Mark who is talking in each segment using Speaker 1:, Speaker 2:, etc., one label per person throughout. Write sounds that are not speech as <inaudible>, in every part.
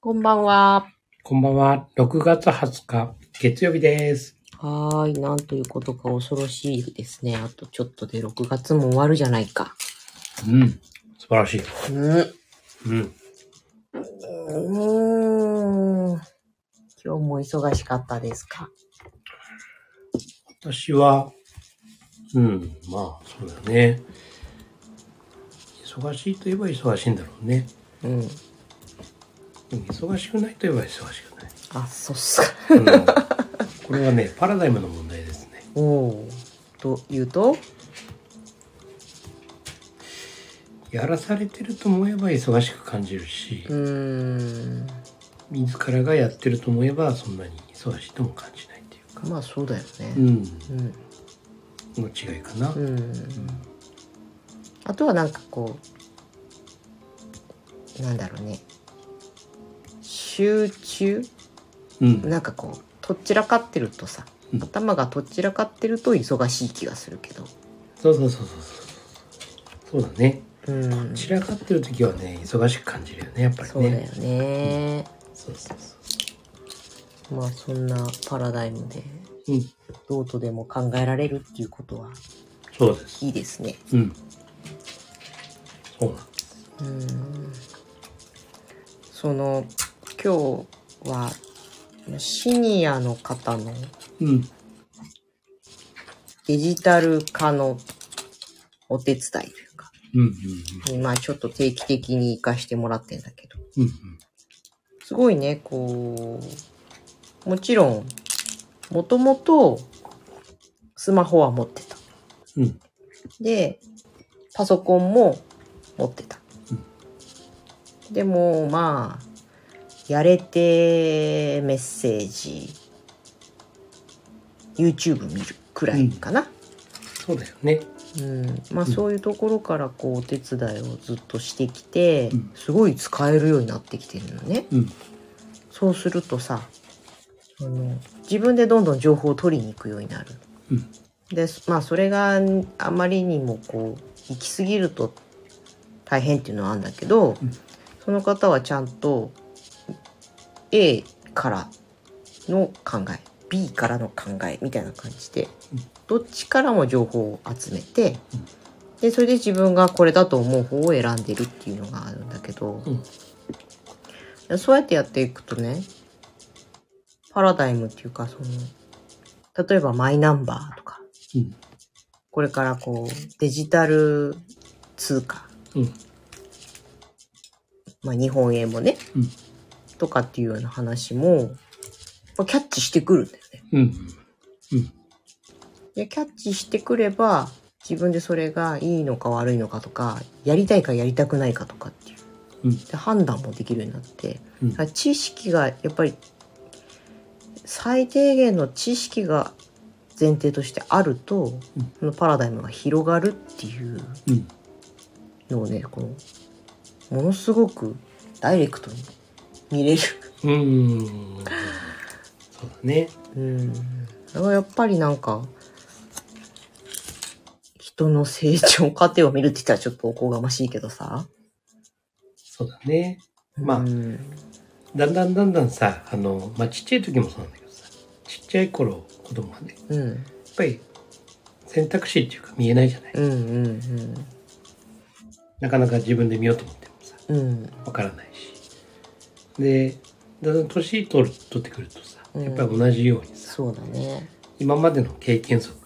Speaker 1: こんばんは。
Speaker 2: こんばんは。6月20日、月曜日です。
Speaker 1: はーい。なんということか恐ろしいですね。あとちょっとで6月も終わるじゃないか。
Speaker 2: うん。素晴らしい。
Speaker 1: うん。
Speaker 2: うん。
Speaker 1: うーん。今日も忙しかったですか。
Speaker 2: 私は、うん、まあ、そうだね。忙しいといえば忙しいんだろうね。
Speaker 1: うん。
Speaker 2: でも忙しくないといえば忙しくない。
Speaker 1: あ、そうっす <laughs> か。
Speaker 2: あのこれはね、パラダイムの問題ですね。
Speaker 1: おー。というと
Speaker 2: やらされてると思えば忙しく感じるし
Speaker 1: う、ーん。
Speaker 2: 自らがやってると思えばそんなに忙しいとも感じないっていうか。
Speaker 1: まあそうだよ
Speaker 2: う
Speaker 1: ね。
Speaker 2: ん。
Speaker 1: うん。
Speaker 2: の違いかな。
Speaker 1: うん。あとはなんかこう、なんだろうね。集中
Speaker 2: うん。
Speaker 1: なんかこうとっちらかってるとさ
Speaker 2: うん
Speaker 1: 頭がとっちらかってると忙しい気がするけど
Speaker 2: そうそうそうそうそう。そうだね。
Speaker 1: うん
Speaker 2: 散らかってる時はね忙しく感じるよねやっぱりね
Speaker 1: そうだよね
Speaker 2: そうそうそ
Speaker 1: まあそんなパラダイムで
Speaker 2: ううん
Speaker 1: どうとでも考えられるっていうことは
Speaker 2: そうです
Speaker 1: いいですね
Speaker 2: うんそうなん
Speaker 1: うんその今日はシニアの方の
Speaker 2: うん
Speaker 1: デジタル化のお手伝いというか
Speaker 2: うんうん
Speaker 1: にまあちょっと定期的に活かしてもらってんだけど
Speaker 2: うんうん
Speaker 1: すごいね、こう、もちろん、もともとスマホは持ってた。
Speaker 2: うん
Speaker 1: で、パソコンも持ってた
Speaker 2: う。
Speaker 1: でも、まあ、やれてメッセージ、YouTube 見るくらいかな。
Speaker 2: そうだよね
Speaker 1: うんまあ、
Speaker 2: うん
Speaker 1: そういうところからこうお手伝いをずっとしてきて、
Speaker 2: うん
Speaker 1: すごい使えるようになってきてるのね。
Speaker 2: うん
Speaker 1: そうするとさあの自分でどんどん情報を取りに行くようになる。
Speaker 2: うん
Speaker 1: でまあそれがあまりにもこう行き過ぎると大変っていうのはあるんだけど、
Speaker 2: うん
Speaker 1: その方はちゃんと A からの考え B からの考えみたいな感じで、
Speaker 2: うん
Speaker 1: どっちからも情報を集めて、でそれで自分がこれだと思う方を選んでるっていうのがあるんだけど。
Speaker 2: うん
Speaker 1: そうやってやっていくとねパラダイムっていうかその例えばマイナンバーとか
Speaker 2: うん
Speaker 1: これからこうデジタル通貨、
Speaker 2: うん
Speaker 1: まあ、日本円もね、
Speaker 2: うん
Speaker 1: とかっていうような話もまあキャッチしてくるんだよね。
Speaker 2: うん
Speaker 1: でキャッチしてくれば自分でそれがいいのか悪いのかとかやりたいかやりたくないかとかっていう
Speaker 2: うん
Speaker 1: で判断もできるようになって、
Speaker 2: うん
Speaker 1: だから知識がやっぱり最低限の知識が前提としてあると、
Speaker 2: うん
Speaker 1: このパラダイムが広がるっていう
Speaker 2: うん
Speaker 1: のをねこのものすごくダイレクトに見れる。
Speaker 2: うんうんそうだね
Speaker 1: うん、それはやっぱりなんか人の成長過程を見るって言ったらちょっとおこがましいけどさ。
Speaker 2: そうだねまあ
Speaker 1: うん
Speaker 2: だんだんだんだんさあのまあちっちゃい時もそうなんだけどさちっちゃい頃子供はねや
Speaker 1: うん
Speaker 2: っぱり選択肢っていうか見えないじゃない
Speaker 1: うんうん
Speaker 2: なかなか自分で見ようと思ってもさ
Speaker 1: うんうん
Speaker 2: わからないしでだんだん年取る取ってくるとさ
Speaker 1: うん
Speaker 2: やっぱり同じようにさ、
Speaker 1: そうだね。
Speaker 2: 今までの経験則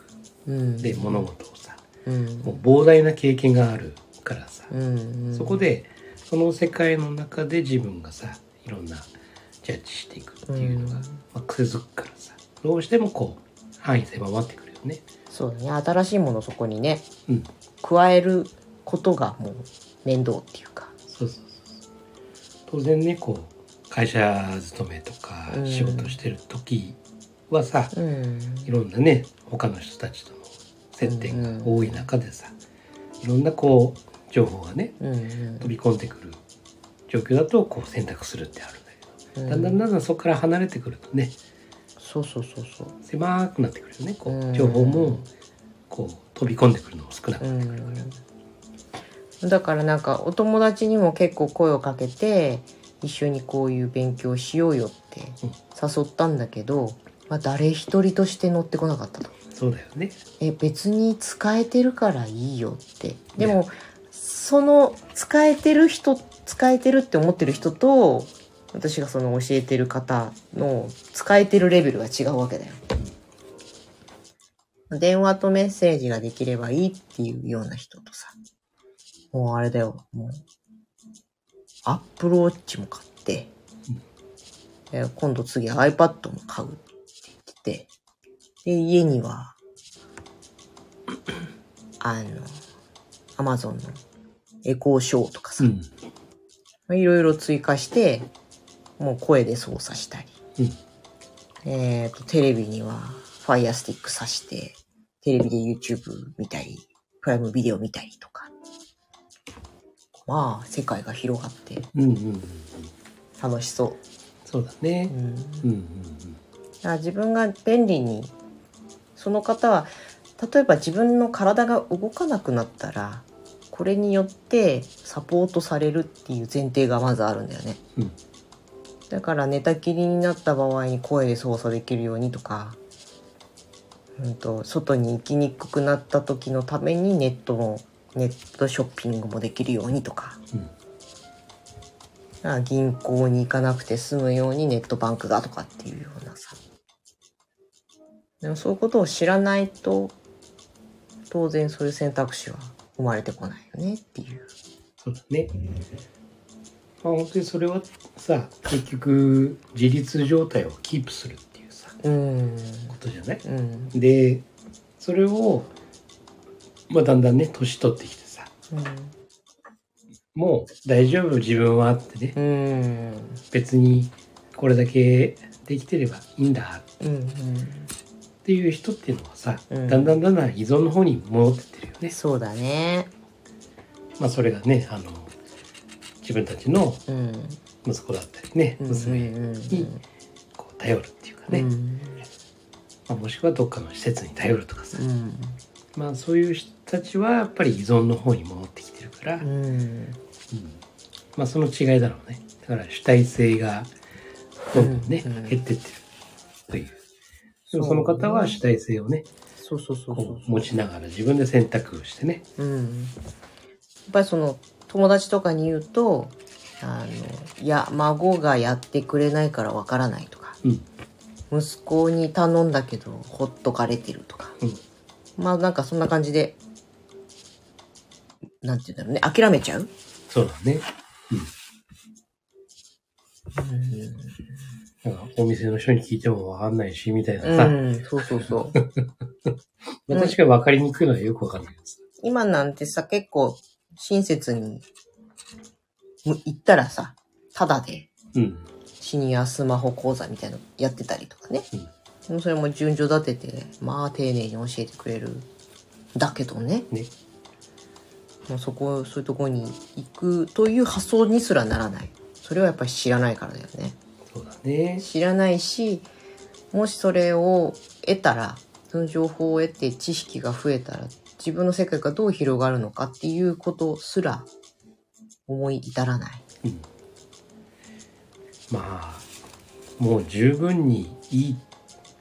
Speaker 1: うん、
Speaker 2: で物事をさ
Speaker 1: うん
Speaker 2: もう膨大な経験があるからさ、
Speaker 1: うんうん、
Speaker 2: そこでその世界の中で自分がさいろんなジャッジしていくっていうのが、
Speaker 1: うん
Speaker 2: まあ、癖づくからさどうしてもこう範囲狭まってくるよね。
Speaker 1: そうだね新しいものをそこにね
Speaker 2: うん、
Speaker 1: 加えることがもう面倒っていうか。
Speaker 2: そうそうそうそう当然ねこう会社勤めとか
Speaker 1: うん
Speaker 2: 仕事してる時はさ、
Speaker 1: うん
Speaker 2: いろんなね他の人たちとの接点が多い中でさ、いろんなこう情報がね
Speaker 1: うん
Speaker 2: 飛び込んでくる状況だとこう選択するってある
Speaker 1: うん、
Speaker 2: んだけどだんだんだんだんそこから離れてくるとね
Speaker 1: そうそうそうそう。
Speaker 2: 狭くなってくるよねこ
Speaker 1: うん
Speaker 2: う情報もこう飛び込んでくるのも少なく
Speaker 1: う
Speaker 2: なってくるから。
Speaker 1: んだからなんかお友達にも結構声をかけて一緒にこういう勉強しようよって
Speaker 2: うん
Speaker 1: 誘ったんだけど、まあ、誰一人として乗ってこなかったと。
Speaker 2: そうだよね
Speaker 1: え別に使えてるからいいよってで
Speaker 2: ね
Speaker 1: もその使えてる人使えてるって思ってる人と私がその教えてる方の使えてるレベルが違うわけだよ。電話とメッセージができればいいっていうような人とさもうあれだよもうアップルウォッチも買って、で今度次 iPad も買うって言っててで家にはあの、アマゾンのエコーショーとかさ、
Speaker 2: うん
Speaker 1: いろいろ追加して、もう声で操作したり、
Speaker 2: うん
Speaker 1: えっ、と、テレビにはファイアスティック挿して、テレビで YouTube 見たり、プライムビデオ見たりとか。まあ、世界が広がって
Speaker 2: うんうんうん
Speaker 1: 楽しそ
Speaker 2: そうだ
Speaker 1: う。
Speaker 2: ね
Speaker 1: うん
Speaker 2: うんうん
Speaker 1: だから自分が便利にその方は例えば自分の体が動かなくなったらこれによってサポートされるっていう前提がまずあるんだよね、
Speaker 2: うん
Speaker 1: だから寝たきりになった場合に声で操作できるようにとか、うん、と外に行きにくくなった時のためにネットもネットショッピングもできるようにとか
Speaker 2: うん
Speaker 1: あ銀行に行かなくて済むようにネットバンクがとかっていうようなさでもそういうことを知らないと当然そういう選択肢は生まれてこないよねっていう
Speaker 2: そうだね。まあ本当にそれはさ結局自立状態をキープするっていうさ
Speaker 1: うん
Speaker 2: ことじゃない
Speaker 1: うん
Speaker 2: でそれを、まあ、だんだんね年取ってきてさもう大丈夫自分はってね
Speaker 1: うんうん
Speaker 2: 別にこれだけできてればいいんだ
Speaker 1: うんうん
Speaker 2: っていう人っていうのはさ、
Speaker 1: うん
Speaker 2: だんだんだんだん依存の方に戻ってってるよね。
Speaker 1: そうだね
Speaker 2: まあ、それがねあの自分たちの
Speaker 1: うん
Speaker 2: 息子だったりね
Speaker 1: うん
Speaker 2: 娘
Speaker 1: うん
Speaker 2: にこう頼るっていうかね、
Speaker 1: うん
Speaker 2: まあ、もしくはどっかの施設に頼るとかさ、
Speaker 1: うん
Speaker 2: まあそういう人たちはやっぱり依存の方に戻ってきてるから、
Speaker 1: うん
Speaker 2: まあその違いだろうねだから主体性がどんどんね、
Speaker 1: うんうん
Speaker 2: 減ってってるというでもその方は主体性をね
Speaker 1: そうそうそうそう
Speaker 2: こう持ちながら自分で選択をしてね
Speaker 1: うん、やっぱりその友達とかに言うとあのいや孫がやってくれないからわからないとか
Speaker 2: うん
Speaker 1: 息子に頼んだけどほっとかれてるとか
Speaker 2: うん
Speaker 1: まあなんかそんな感じでなんて言うんだろうね諦めちゃう、
Speaker 2: そうだね
Speaker 1: う
Speaker 2: なんかお店の人に聞いてもわかんないしみたいなんさ、
Speaker 1: うん、そうそうそう
Speaker 2: まあ確かに分かりにくいのはよくわかんないです
Speaker 1: 今なんてさ結構親切にもう言ったらさただで
Speaker 2: うん
Speaker 1: シニアスマホ講座みたいなのやってたりとかね、
Speaker 2: うん
Speaker 1: でもそれも順序立ててまあ丁寧に教えてくれるだけどね
Speaker 2: ね
Speaker 1: もうそこそういうとこに行くという発想にすらならないそれはやっぱり知らないからだよね
Speaker 2: そうだね
Speaker 1: 知らないしもしそれを得たらその情報を得て知識が増えたら自分の世界がどう広がるのかっていうことすら思い至らない
Speaker 2: まあもう十分にいい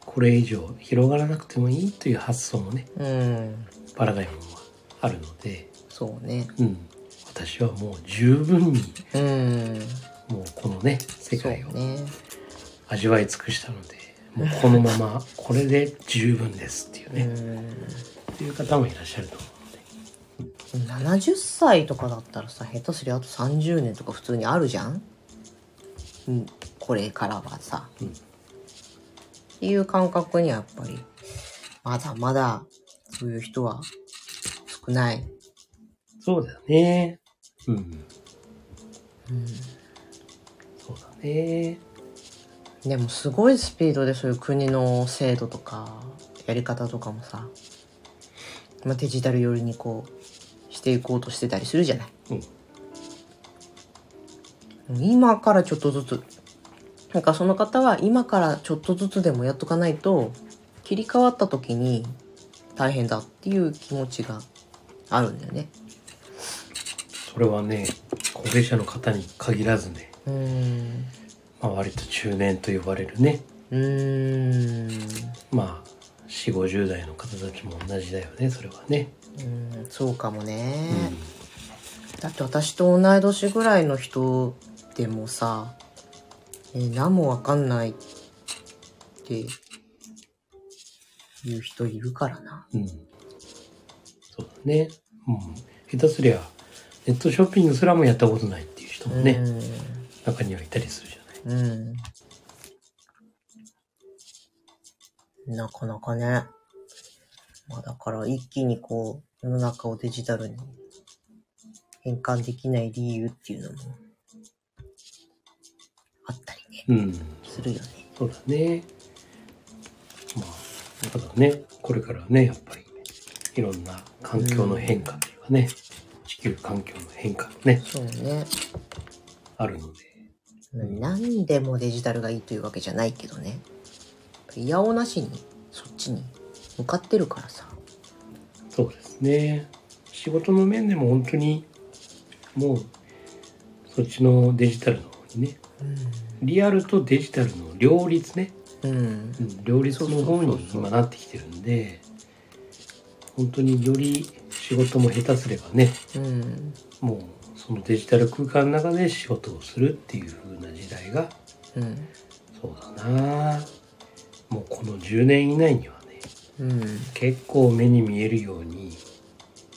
Speaker 2: これ以上広がらなくてもいいという発想もね
Speaker 1: うん
Speaker 2: パラダイムはあるので、
Speaker 1: そうね
Speaker 2: うん、私はもう十分に
Speaker 1: うん
Speaker 2: もうこのね世界を
Speaker 1: そうね
Speaker 2: 味わい尽くしたのでもうこのままこれで十分ですっていうね、っていう方もいらっしゃると思
Speaker 1: うん70歳とかだったらさ下手すりゃあと30年とか普通にあるじゃん、うん、これからはさ、
Speaker 2: うん
Speaker 1: っていう感覚にはやっぱりまだまだそういう人は少ない、
Speaker 2: うのでそうだよねうん
Speaker 1: うん、
Speaker 2: そうだね
Speaker 1: でもすごいスピードでそういう国の制度とかやり方とかもさ、まあ、デジタル寄りにこうしていこうとしてたりするじゃない
Speaker 2: うん
Speaker 1: 今からちょっとずつなんかその方は今からちょっとずつでもやっとかないと切り替わった時に大変だっていう気持ちがあるんだよね。
Speaker 2: それはね高齢者の方に限らずね、
Speaker 1: うーん
Speaker 2: まあ、割と中年と呼ばれるね
Speaker 1: うーん
Speaker 2: まあ4 5 0代の方たちも同じだよねそれはね、
Speaker 1: うんそうかもね、
Speaker 2: うん
Speaker 1: だって私と同い年ぐらいの人でもさ、えー何もわかんないっていう人いるからな
Speaker 2: うん。そうだね。うん。下手すりゃ、ネットショッピングすらもやったことないっていう人もね、中にはいたりするじゃない。
Speaker 1: うん、うん、なかなかねまあだから一気にこう世の中をデジタルに変換できない理由っていうのもあったりね
Speaker 2: うん。
Speaker 1: するよね
Speaker 2: そうだね。まあ、ただね、これからね、やっぱり、いろんな環境の変化というかね、地球環境の変化もね、
Speaker 1: そうね
Speaker 2: あるので、うん
Speaker 1: 何でもデジタルがいいというわけじゃないけどねいやおなしにそっちに向かってるからさ
Speaker 2: そうですね。仕事の面でも本当に、もう、そっちのデジタルの方にね、リアルとデジタルの両立ね、
Speaker 1: うん、うん
Speaker 2: うん両立の方に今なってきてるんで本当により仕事も下手すればね
Speaker 1: うん
Speaker 2: もうそのデジタル空間の中で仕事をするっていう風な時代が
Speaker 1: うん
Speaker 2: そうだなもうこの10年以内にはね
Speaker 1: うん
Speaker 2: 結構目に見えるように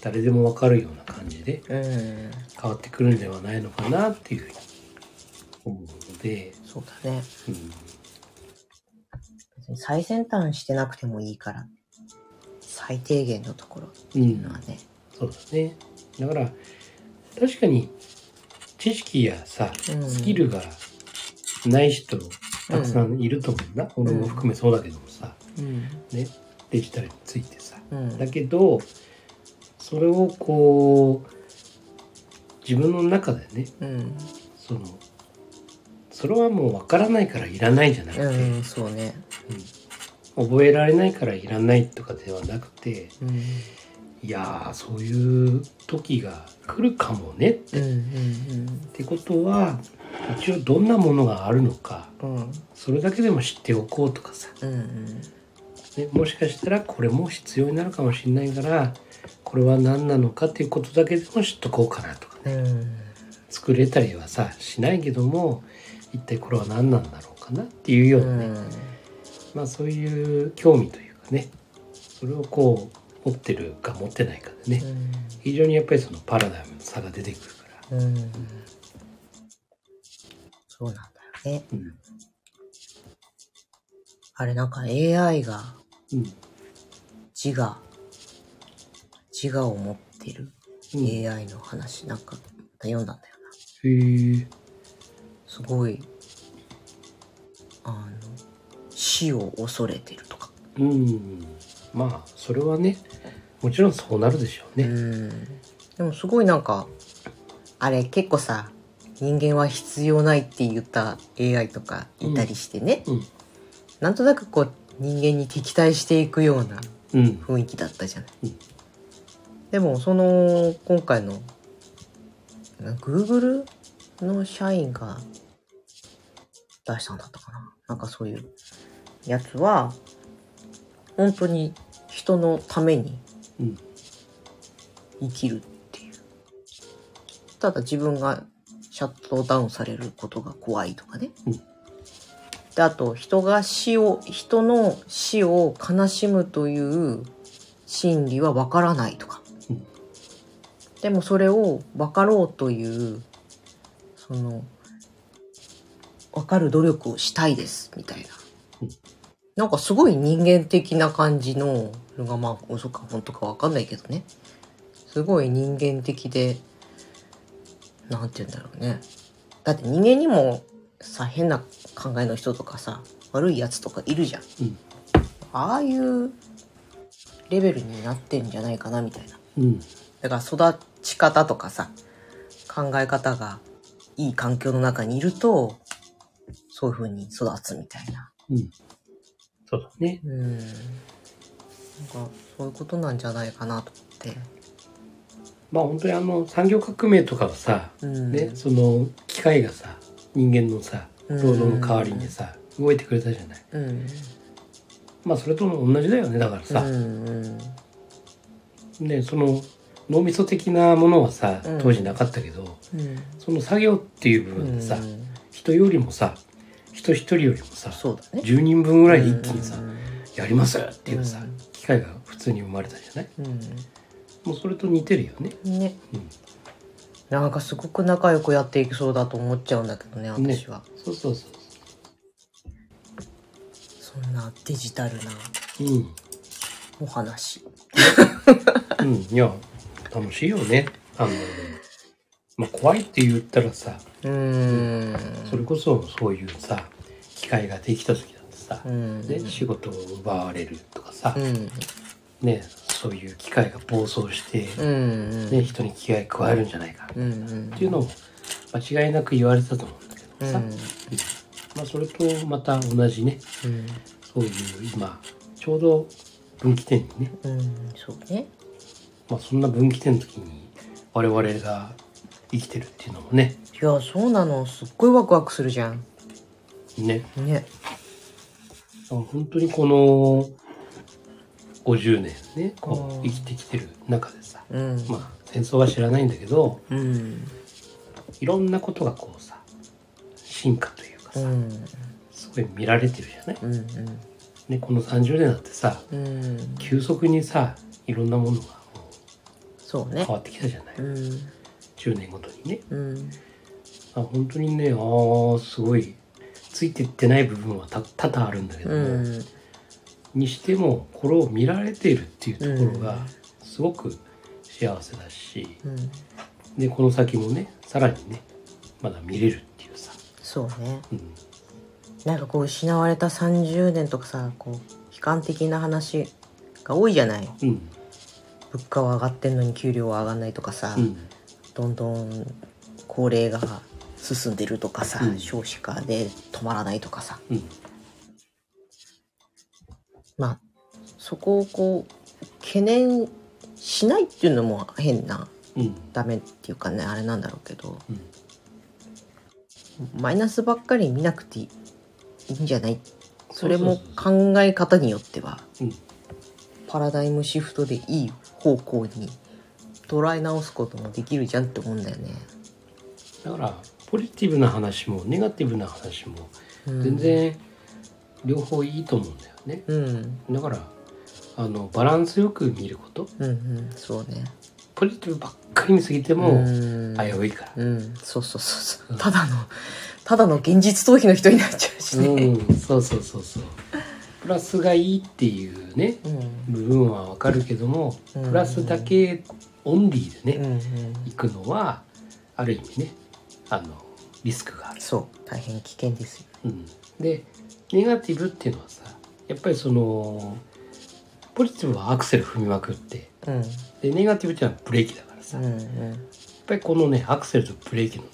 Speaker 2: 誰でもわかるような感じで
Speaker 1: うん
Speaker 2: 変わってくるんではないのかなっていうふうに思うので、
Speaker 1: そうだね
Speaker 2: うん、
Speaker 1: 別に最先端してなくてもいいから最低限のところっていうのはね
Speaker 2: そうだね。だから、確かに、知識やさ、
Speaker 1: うん
Speaker 2: スキルがない人、たくさんいると思うな。俺も含めそうだけどもさ、
Speaker 1: うん
Speaker 2: ね、デジタルについてさ。
Speaker 1: うん
Speaker 2: だけど、それをこう、自分の中でね、
Speaker 1: うん、
Speaker 2: その、それはもうわからないからいらないじゃなくて、
Speaker 1: うん、そうね
Speaker 2: うん覚えられないからいらないとかではなくて、
Speaker 1: うん
Speaker 2: いやーそういう時が来るかもねっ
Speaker 1: うん
Speaker 2: てことは一応どんなものがあるのか
Speaker 1: うんうん
Speaker 2: それだけでも知っておこうとかさ、
Speaker 1: うんうん
Speaker 2: ね、もしかしたらこれも必要になるかもしれないからこれは何なのかっていうことだけでも知っとこうかなとかね
Speaker 1: うん
Speaker 2: 作れたりはさしないけども一体これは何なんだろうかなっていうようなね、
Speaker 1: うん
Speaker 2: まあそういう興味というかねそれをこう持ってるか持ってないかでね非常にやっぱりそのパラダイムの差が出てくるから。
Speaker 1: うんそうなんだよね。
Speaker 2: うん
Speaker 1: あれなんか AI が
Speaker 2: うん
Speaker 1: 自我、自我を持ってる
Speaker 2: うん
Speaker 1: AI の話なんか読んだんだよな。
Speaker 2: へえ。
Speaker 1: すごい、あの、死を恐れてるとか。
Speaker 2: うん。まあ、それはね、もちろんそうなるでしょう
Speaker 1: うん。
Speaker 2: ね。
Speaker 1: でもすごいなんか、あれ結構さ、人間は必要ないって言った AI とかいたりしてね。
Speaker 2: うん。
Speaker 1: なんとなくこう人間に敵対していくような
Speaker 2: うん。
Speaker 1: 雰囲気だったじゃない、
Speaker 2: うん
Speaker 1: でもその今回のな Google の社員が出したんだったかななんかそういうやつは本当に人のために
Speaker 2: うん。
Speaker 1: 生きるっていうただ自分がシャットダウンされることが怖いとかね、
Speaker 2: うん
Speaker 1: であと人が死を人の死を悲しむという心理はわからないとか、
Speaker 2: うん
Speaker 1: でもそれを分かろうというその分かる努力をしたいですみたいな、
Speaker 2: うん
Speaker 1: なんかすごい人間的な感じのそれがまあ嘘か本当かわかんないけどねすごい人間的で、なんて言うんだろうね。だって人間にもさ、変な考えの人とかさ、悪いやつとかいるじゃん。
Speaker 2: うん
Speaker 1: ああいうレベルになってんじゃないかなみたいな。
Speaker 2: うん。
Speaker 1: だから育ち方とかさ、考え方がいい環境の中にいると、そういう風に育つみたいな。
Speaker 2: うん。そうだね。
Speaker 1: うん。なんか、そういうことなんじゃないかなと思って。
Speaker 2: まあ本当にあの産業革命とかはさ、
Speaker 1: うん
Speaker 2: ね、その機械がさ人間のさ労働の代わりにさ、動いてくれたじゃない
Speaker 1: うん
Speaker 2: まあそれとも同じだよねだから
Speaker 1: う
Speaker 2: さ、
Speaker 1: んうん
Speaker 2: ねその脳みそ的なものはさ
Speaker 1: うん
Speaker 2: 当時なかったけど、
Speaker 1: うん
Speaker 2: その作業っていう部分でさ、
Speaker 1: うん
Speaker 2: 人よりもさ人一人よりもさ
Speaker 1: そうだね
Speaker 2: 10人分ぐらい一気にさ、やりますっていうさ、
Speaker 1: うん
Speaker 2: 機械が普通に生まれたじゃない
Speaker 1: うん
Speaker 2: もうそれと似てるよね、
Speaker 1: うんね
Speaker 2: うん、
Speaker 1: なんかすごく仲良くやっていきそうだと思っちゃうんだけどね私は、
Speaker 2: そうそうそう
Speaker 1: そんなデジタルな
Speaker 2: そううん
Speaker 1: お話
Speaker 2: うん、いや、楽しいよね。あの、まあ、怖いって言ったらさ、
Speaker 1: うーん
Speaker 2: それこそそういうさ、機会ができた時だってさ
Speaker 1: う、ん
Speaker 2: ね、仕事を奪われるとかさ
Speaker 1: う、ん
Speaker 2: ね、そういう機会が暴走して、
Speaker 1: うん
Speaker 2: ね、人に危害加えるんじゃないか
Speaker 1: うんうん
Speaker 2: っていうのを間違いなく言われてたと思うんだけ
Speaker 1: う
Speaker 2: ど
Speaker 1: ん
Speaker 2: さ、まあ、それとまた同じね、
Speaker 1: うん
Speaker 2: そういう今、ちょうど分岐点にね、
Speaker 1: うんそうね
Speaker 2: まあ、そんな分岐点の時に我々が生きてるっていうのもね、
Speaker 1: いやそうなのすっごいワクワクするじゃん
Speaker 2: ね、
Speaker 1: ね
Speaker 2: あ本当にこの50年ね
Speaker 1: う
Speaker 2: こ
Speaker 1: ん
Speaker 2: う生きてきてる中でさ
Speaker 1: うん、
Speaker 2: まあ戦争は知らないんだけど
Speaker 1: うん
Speaker 2: いろんなことがこうさ進化というか
Speaker 1: う
Speaker 2: さ
Speaker 1: ん
Speaker 2: すごい見られてるじゃない、
Speaker 1: うん
Speaker 2: ね、この30年だってさ
Speaker 1: うんうん
Speaker 2: 急速にさいろんなものがも
Speaker 1: そう
Speaker 2: う
Speaker 1: ね
Speaker 2: 変わってきたじゃない
Speaker 1: うん
Speaker 2: 10年ごとにね
Speaker 1: うん
Speaker 2: あ本当にねあーすごいついてってない部分はた多々あるんだけど
Speaker 1: う
Speaker 2: も、
Speaker 1: ん
Speaker 2: にしてもこれを見られているっていうところ
Speaker 1: う
Speaker 2: が
Speaker 1: ん
Speaker 2: すごく幸せだし、
Speaker 1: うん
Speaker 2: でこの先もねさらにねまだ見れるっていうさ、
Speaker 1: そうね
Speaker 2: うん、
Speaker 1: なんかこう失われた30年とかさこう悲観的な話が多いじゃない
Speaker 2: うん
Speaker 1: 物価は上がってんのに給料は上がんないとかさ、
Speaker 2: うん
Speaker 1: どんどん高齢が進んでるとかさ、
Speaker 2: うん
Speaker 1: 少子化で止まらないとかさ
Speaker 2: うん
Speaker 1: まあそこをこう懸念しないっていうのも変な
Speaker 2: うん
Speaker 1: ダメっていうかねあれなんだろうけど
Speaker 2: うん
Speaker 1: マイナスばっかり見なくていいいいんじゃないそれも
Speaker 2: うう
Speaker 1: 考え方によっては
Speaker 2: そううん
Speaker 1: パラダイムシフトでいい方向に捉え直すこともできるじゃんって思うんだよね。
Speaker 2: だからポジティブな話もネガティブな話も
Speaker 1: うん
Speaker 2: 全然両方いいと思うんだよね、
Speaker 1: うん
Speaker 2: だからあのバランスよく見ること
Speaker 1: うんうんそうね。
Speaker 2: ポジティブばっかり見すぎても
Speaker 1: ん
Speaker 2: 危ういから、
Speaker 1: うんそうそうそうそううんただのただの現実逃避の人になっちゃうし
Speaker 2: う
Speaker 1: ね。
Speaker 2: ん <laughs> そうそうそうそうプラスがいいっていうね
Speaker 1: うん
Speaker 2: 部分はわかるけども
Speaker 1: うん
Speaker 2: プラスだけオンリーでね、
Speaker 1: うんうん
Speaker 2: 行くのはある意味ねあのリスクがある、
Speaker 1: そう大変危険ですよ。
Speaker 2: うん、でネガティブっていうのはさやっぱりそのポジティブはアクセル踏みまくって
Speaker 1: うん
Speaker 2: でネガティブっていうのはブレーキだからさ、
Speaker 1: うん
Speaker 2: やっ
Speaker 1: うん
Speaker 2: ぱりこのねアクセルとブレーキのね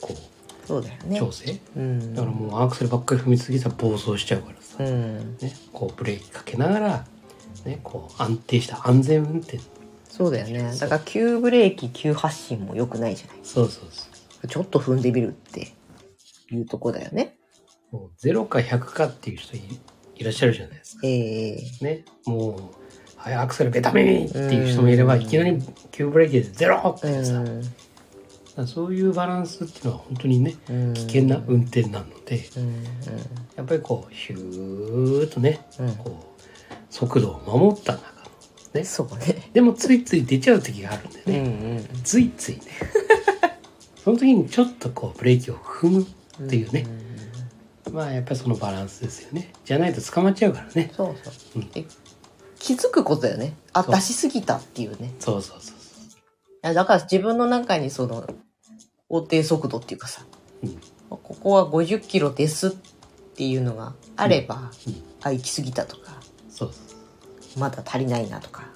Speaker 2: こう
Speaker 1: そうだよね。
Speaker 2: 調整、
Speaker 1: うん
Speaker 2: だからもうアクセルばっかり踏みすぎたら暴走しちゃうからさ、
Speaker 1: うん
Speaker 2: ね、こうブレーキかけながら、ね、こう安定した安全運転
Speaker 1: そうだよね。だから急ブレーキ急発進も良くないじゃない。
Speaker 2: そうそうそう
Speaker 1: ちょっと踏んでみるっていうとこだよね。
Speaker 2: もう0か100かっていう人いいらっしゃるじゃないですか。
Speaker 1: ええ
Speaker 2: ね、もう、はい、アクセルベタメっていう人もいれば、
Speaker 1: うん
Speaker 2: いきなり急ブレーキでゼロっていうさ、だか
Speaker 1: うん
Speaker 2: らそういうバランスっていうのは本当にね、
Speaker 1: うん
Speaker 2: 危険な運転なので、
Speaker 1: うん
Speaker 2: やっぱりこう、ヒューっとね、
Speaker 1: うんうん
Speaker 2: こう、速度を守った中の、ね、
Speaker 1: そうね。
Speaker 2: でもついつい出ちゃう時があるんで
Speaker 1: うんう
Speaker 2: ね、
Speaker 1: ん
Speaker 2: ついついね、 <laughs> その時にちょっとこう、ブレーキを踏むっていうね、
Speaker 1: ん
Speaker 2: まあやっぱりそのバランスですよね。じゃないと捕まっちゃうからね。
Speaker 1: そうそう。
Speaker 2: うん
Speaker 1: え気づくことだよね。あ、
Speaker 2: そう
Speaker 1: 出しすぎたっていうね。い
Speaker 2: そうそうそうそう。
Speaker 1: やだから自分の中にその、法定速度っていうかさ、
Speaker 2: うん
Speaker 1: ここは50キロですっていうのがあれば、
Speaker 2: うんうん
Speaker 1: あ、行き過ぎたとか、
Speaker 2: そうそう
Speaker 1: まだ足りないなとか、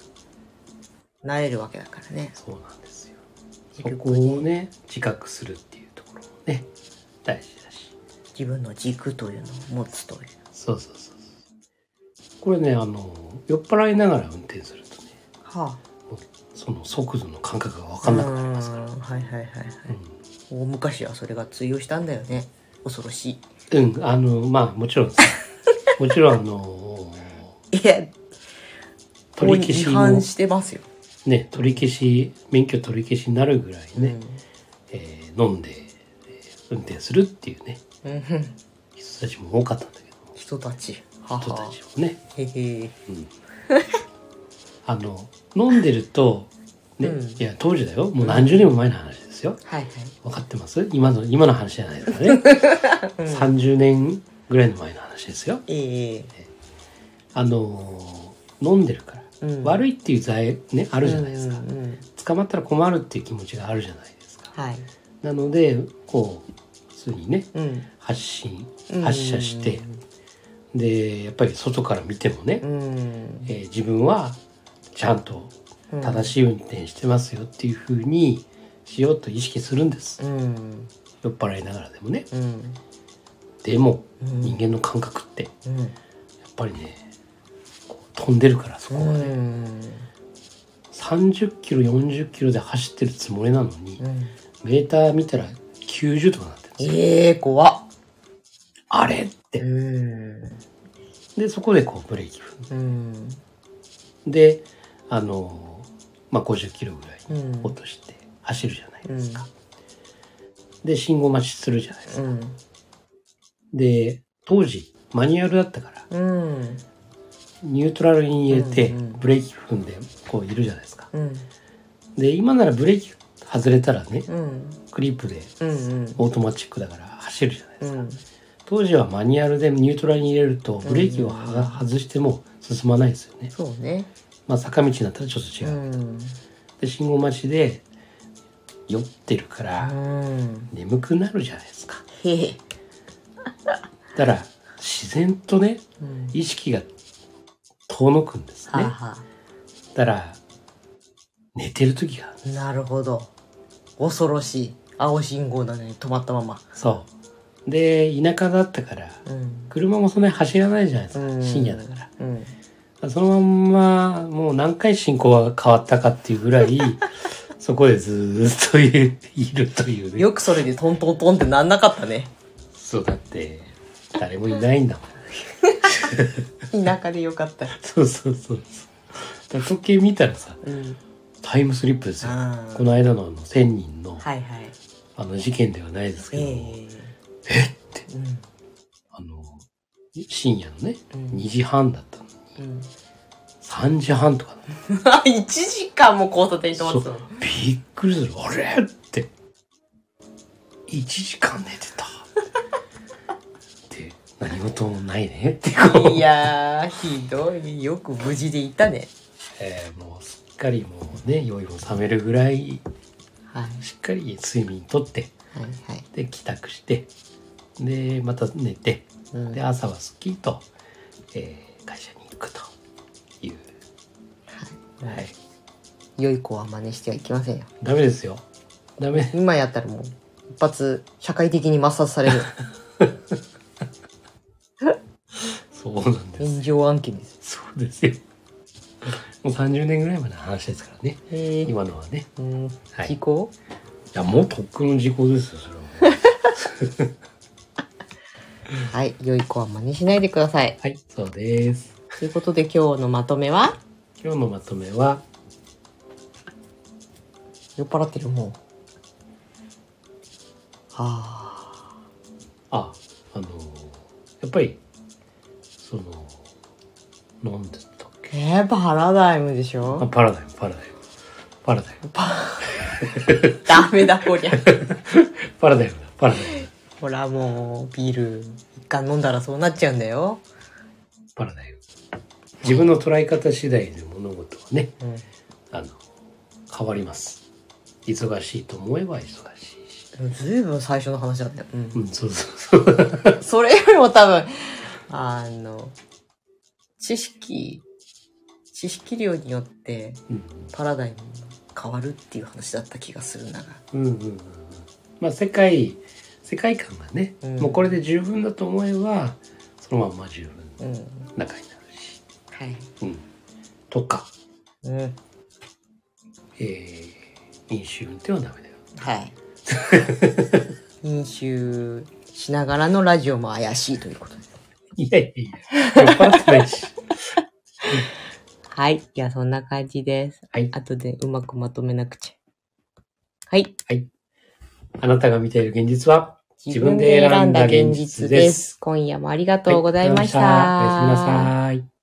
Speaker 1: なれるわけだからね。
Speaker 2: そうなんですよ。そ
Speaker 1: 結
Speaker 2: こ
Speaker 1: 局
Speaker 2: をね自覚するっていうところもね大事だし
Speaker 1: 自分の軸というのを持つという。
Speaker 2: そうそうそうそうこれねあの酔っ払いながら運転するとね
Speaker 1: はあ、
Speaker 2: もうその速度の感覚が分かんなくなりますから、
Speaker 1: うんはいはいはいはい、大昔はそれが通用したんだよね恐ろし
Speaker 2: うん、うん、あのまあもちろん
Speaker 1: <laughs>
Speaker 2: ですもちろんあの
Speaker 1: いいや
Speaker 2: 取り消し
Speaker 1: 違
Speaker 2: も
Speaker 1: 反してますよ、
Speaker 2: ね取り消し免許取り消しになるぐらいね、えー飲んで、えー運転するっていうね
Speaker 1: うんうん
Speaker 2: 人たちも多かったんだけど
Speaker 1: 人たちは
Speaker 2: 人た
Speaker 1: は
Speaker 2: ちもね、
Speaker 1: へへ
Speaker 2: うん、あの飲んでると、ね
Speaker 1: うん
Speaker 2: いや当時だよもう何十年も前の話ですよ
Speaker 1: はいはい
Speaker 2: 分かってます今の今の話じゃないです
Speaker 1: <laughs>
Speaker 2: からね、30年ぐらいの前の話ですよ
Speaker 1: ええ
Speaker 2: あのー飲んでるから、
Speaker 1: うん
Speaker 2: 悪いっていう罪、ね、あ
Speaker 1: あ
Speaker 2: るじゃないですか、
Speaker 1: うんうん
Speaker 2: 捕まったら困るっていう気持ちがあるじゃないですか
Speaker 1: はい
Speaker 2: なのでこう普通にね
Speaker 1: うん
Speaker 2: 発信
Speaker 1: うん
Speaker 2: 発射して、でやっぱり外から見てもね、
Speaker 1: うん
Speaker 2: えー自分はちゃんと正しい運転してますよっていう風にしようと意識するんです、
Speaker 1: うん
Speaker 2: 酔っ払いながらでもね
Speaker 1: うん
Speaker 2: でも
Speaker 1: うん
Speaker 2: 人間の感覚ってや
Speaker 1: うん
Speaker 2: っぱりねこう飛んでるからそこはね、30キロ40キロで走ってるつもりなのに、
Speaker 1: うん
Speaker 2: メーター見たら90とかなってるんですよ
Speaker 1: ええ怖っ
Speaker 2: あれっ
Speaker 1: う
Speaker 2: て
Speaker 1: ん
Speaker 2: でそこでこうブレーキ踏ん
Speaker 1: うん
Speaker 2: でであのまあ50キロぐらい
Speaker 1: うん
Speaker 2: に落として走るじゃないですか、で信号待ちするじゃないですか
Speaker 1: うん
Speaker 2: で当時マニュアルだったから
Speaker 1: うん
Speaker 2: ニュートラルに入れて
Speaker 1: うんうん
Speaker 2: ブレーキ踏んでこういるじゃないですか
Speaker 1: うん
Speaker 2: で今ならブレーキ外れたらね
Speaker 1: うん
Speaker 2: クリップで
Speaker 1: うん
Speaker 2: オートマチックだから走るじゃないです
Speaker 1: う
Speaker 2: か
Speaker 1: ん
Speaker 2: 当時はマニュアルでニュートラルに入れるとブレーキをは外しても進まないですよね、
Speaker 1: そうね
Speaker 2: まあ、坂道になったらちょっと違
Speaker 1: う
Speaker 2: う、
Speaker 1: ん
Speaker 2: で信号待ちで酔ってるから
Speaker 1: うん
Speaker 2: 眠くなるじゃないですか
Speaker 1: へえ
Speaker 2: だから自然とね
Speaker 1: うん
Speaker 2: 意識が遠のくんです
Speaker 1: は
Speaker 2: ね
Speaker 1: あは
Speaker 2: だから寝てる時がある
Speaker 1: あなるほど恐ろしい青信号なのに止まったまま
Speaker 2: そうで田舎だったから
Speaker 1: うん
Speaker 2: 車もそんなに走らないじゃないです
Speaker 1: う
Speaker 2: か
Speaker 1: ん
Speaker 2: 深夜だか
Speaker 1: うん
Speaker 2: らそのまんまもう何回進行が変わったかっていうぐら
Speaker 1: <laughs>
Speaker 2: いそこでずーっといるいるというね
Speaker 1: よくそれでトントントンってなんなかったね
Speaker 2: そうだって誰もいないんだもん
Speaker 1: <laughs> 田舎でよかった
Speaker 2: そうそうそうそうだから時計見たらさ
Speaker 1: うん
Speaker 2: タイムスリップですよ
Speaker 1: あー
Speaker 2: この間のあの1000人の,、
Speaker 1: はいはい
Speaker 2: あの事件ではないですけ
Speaker 1: え
Speaker 2: ど、
Speaker 1: えて
Speaker 2: あの深夜のね
Speaker 1: うん
Speaker 2: 2時半だったの
Speaker 1: うんうん
Speaker 2: 3時半とかなの
Speaker 1: 1時間も交差点に止まってたの
Speaker 2: そうびっくりするあれって1時間寝てたって何事もないねってこ
Speaker 1: <laughs>
Speaker 2: う
Speaker 1: い、やーひどいよく無事でいたね
Speaker 2: えーもうすっかりもうね酔いも覚めるぐらい
Speaker 1: はい
Speaker 2: しっかり睡眠とって
Speaker 1: はいはい
Speaker 2: で帰宅してでまた寝て
Speaker 1: うん
Speaker 2: で朝はすっきりと、えー会社に行くという、はい、
Speaker 1: 良い子は真似してはいけませんよ
Speaker 2: ダメですよダメ
Speaker 1: 今やったらもう一発社会的に抹殺される
Speaker 2: そうなんです
Speaker 1: 炎上案件です
Speaker 2: <laughs> そうですよ。もう30年ぐらい前の話ですからね。
Speaker 1: へえ
Speaker 2: 今のはね。
Speaker 1: うん
Speaker 2: はい
Speaker 1: 事故
Speaker 2: いや、もうとっくの時効ですよ、それは。
Speaker 1: はい良い子は真似しないでください
Speaker 2: はい、そうです。
Speaker 1: ということで今日のまとめは
Speaker 2: 今日のまとめは、
Speaker 1: 酔っ払ってるもうはあ
Speaker 2: あ、あのーやっぱり、その、飲んでたっけ
Speaker 1: えー、パラダイムでし
Speaker 2: あ、
Speaker 1: ょ
Speaker 2: パラダイム、パラダイム。パラダイ
Speaker 1: <laughs>
Speaker 2: ム。
Speaker 1: ダメだこりゃ
Speaker 2: パラダイムだ、パラダイムだ。
Speaker 1: ほらもうビール一貫飲んだらそうなっちゃうんだよ、
Speaker 2: パラダイム。自分の捉え方次第で物事はね、
Speaker 1: うん、
Speaker 2: あの、変わります。忙しいと思えば忙しいし。
Speaker 1: でもずいぶん最初の話だったよ、うん
Speaker 2: うん、そうそうそう。
Speaker 1: それよりも多分、あの、知識、知識量によって
Speaker 2: うん
Speaker 1: パラダイムが変わるっていう話だった気がするなら。
Speaker 2: うんうんうんうんまあ世界世界観がね、
Speaker 1: うん
Speaker 2: もうこれで十分だと思えばそのまんま十分
Speaker 1: うん。は
Speaker 2: 仲になるし、
Speaker 1: い。
Speaker 2: うん、とか
Speaker 1: うん。
Speaker 2: えー飲酒運転はダメだよ。
Speaker 1: はい。 <laughs> 飲酒しながらのラジオも怪しいということです。
Speaker 2: いやいやいや、酔っ払ってないし。 <laughs>
Speaker 1: はい。じゃあそんな感じです。
Speaker 2: はい。
Speaker 1: 後でうまくまとめなくちゃ。はい。
Speaker 2: あなたが見ている現実は自分で選んだ現実です。
Speaker 1: 今夜もありがとうございました。
Speaker 2: はいありがとうございましたおやすみなさい。